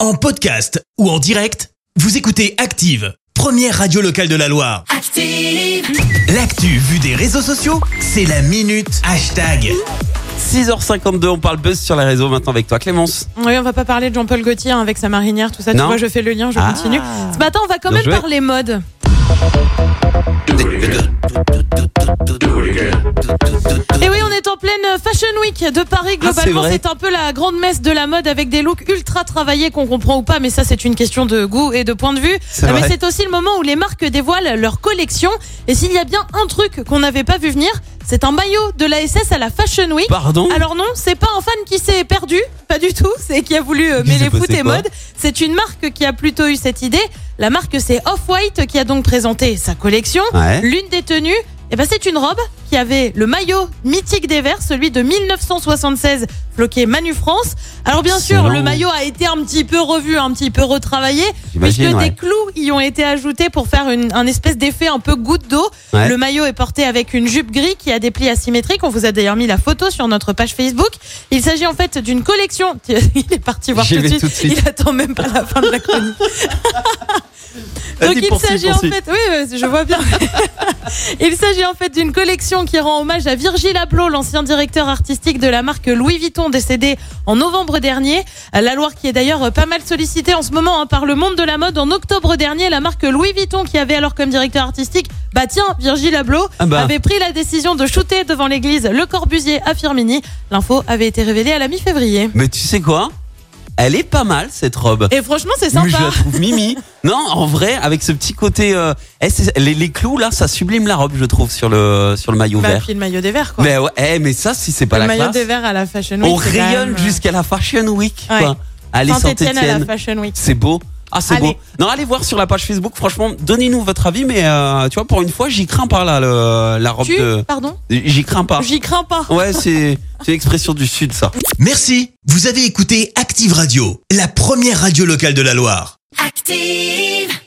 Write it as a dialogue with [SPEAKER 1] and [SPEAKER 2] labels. [SPEAKER 1] En podcast ou en direct, vous écoutez Active, première radio locale de la Loire.
[SPEAKER 2] Active.
[SPEAKER 1] L'actu vue des réseaux sociaux, c'est la minute hashtag.
[SPEAKER 3] 6h52, on parle buzz sur les réseaux maintenant avec toi Clémence.
[SPEAKER 4] Oui, on va pas parler de Jean-Paul Gaultier hein, avec sa marinière, tout ça.
[SPEAKER 3] Non.
[SPEAKER 4] Tu vois, je fais le lien, je
[SPEAKER 3] Ah.
[SPEAKER 4] continue. Ce matin, on va quand
[SPEAKER 3] Bien
[SPEAKER 4] même
[SPEAKER 3] joué.
[SPEAKER 4] parler mode. Et oui, on est en pleine Fashion Week de
[SPEAKER 3] Ah, c'est
[SPEAKER 4] Paris. Globalement,
[SPEAKER 3] vrai.
[SPEAKER 4] c'est un peu la grande messe de la mode avec des looks ultra travaillés qu'on comprend ou pas, mais ça, c'est une question de goût et de point de vue.
[SPEAKER 3] Ah, C'est
[SPEAKER 4] mais
[SPEAKER 3] vrai.
[SPEAKER 4] c'est aussi le moment où les marques dévoilent leur collection. Et s'il y a bien un truc qu'on n'avait pas vu venir, c'est un maillot de la SS à la Fashion Week.
[SPEAKER 3] Pardon
[SPEAKER 4] Alors non, c'est pas un fan qui s'est perdu, pas du tout, c'est qui a voulu euh,
[SPEAKER 3] Il s'est
[SPEAKER 4] mêler foot
[SPEAKER 3] passé
[SPEAKER 4] et
[SPEAKER 3] quoi
[SPEAKER 4] mode. C'est une marque qui a plutôt eu cette idée. La marque c'est Off-White qui a donc présenté sa collection.
[SPEAKER 3] Ouais.
[SPEAKER 4] L'une des tenues, eh ben, c'est une robe qui avait le maillot mythique des Verts, celui de 1976, floqué Manu France. Alors bien sûr,
[SPEAKER 3] Excellent.
[SPEAKER 4] le maillot a été un petit peu revu, un petit peu retravaillé, puisque
[SPEAKER 3] J'imagine, ouais.
[SPEAKER 4] des clous y ont été ajoutés pour faire une, un espèce d'effet un peu goutte d'eau.
[SPEAKER 3] Ouais.
[SPEAKER 4] Le maillot est porté avec une jupe gris qui a des plis asymétriques. On vous a d'ailleurs mis la photo sur notre page Facebook. Il s'agit en fait d'une collection. Il est parti voir
[SPEAKER 3] J'y
[SPEAKER 4] tout de,
[SPEAKER 3] vais
[SPEAKER 4] suite.
[SPEAKER 3] tout de suite.
[SPEAKER 4] Il attend même pas la fin de la chronique. Donc
[SPEAKER 3] Vas-y,
[SPEAKER 4] il
[SPEAKER 3] poursuis,
[SPEAKER 4] s'agit en
[SPEAKER 3] poursuis.
[SPEAKER 4] fait, oui, oui, je vois bien. il s'agit en fait d'une collection qui rend hommage à Virgil Abloh, l'ancien directeur artistique de la marque Louis Vuitton, décédé en novembre dernier. Euh, La Loire qui est d'ailleurs pas mal sollicitée en ce moment hein, par le monde de la mode. En octobre dernier, la marque Louis Vuitton, qui avait alors comme directeur artistique, bah tiens, Virgil Abloh,
[SPEAKER 3] Ah bah.
[SPEAKER 4] avait pris la décision de shooter devant l'église Le Corbusier à Firmini. L'info avait été révélée à la mi-février.
[SPEAKER 3] Mais tu sais quoi Elle est pas mal cette robe.
[SPEAKER 4] Et franchement, c'est
[SPEAKER 3] Mais
[SPEAKER 4] sympa.
[SPEAKER 3] je la trouve mimi. non, en vrai, avec ce petit côté, euh, eh, c'est- les, les clous là, ça sublime la robe, je trouve, sur le sur le maillot
[SPEAKER 4] Bah,
[SPEAKER 3] vert.
[SPEAKER 4] puis le maillot des verts, quoi.
[SPEAKER 3] Mais ouais, eh, mais ça, si c'est pas
[SPEAKER 4] le
[SPEAKER 3] la
[SPEAKER 4] maillot
[SPEAKER 3] classe,
[SPEAKER 4] des verts à la Fashion Week.
[SPEAKER 3] on
[SPEAKER 4] c'est quand
[SPEAKER 3] rayonne
[SPEAKER 4] même, euh,
[SPEAKER 3] jusqu'à la Fashion Week.
[SPEAKER 4] Ouais.
[SPEAKER 3] Quoi. Allez
[SPEAKER 4] Saint-Étienne à
[SPEAKER 3] Saint-Étienne.
[SPEAKER 4] la Fashion Week.
[SPEAKER 3] C'est beau. Ah, c'est
[SPEAKER 4] Allez.
[SPEAKER 3] beau. Non, allez voir sur la page Facebook. Franchement, donnez-nous votre avis. Mais euh, tu vois, pour une fois, j'y crains pas là, le- la robe
[SPEAKER 4] Tu,
[SPEAKER 3] de.
[SPEAKER 4] pardon
[SPEAKER 3] J'y crains pas.
[SPEAKER 4] J'y crains pas.
[SPEAKER 3] Ouais, c'est c'est l'expression du Sud, ça.
[SPEAKER 1] Merci, vous avez écouté Active Radio, la première radio locale de la Loire.
[SPEAKER 2] Active.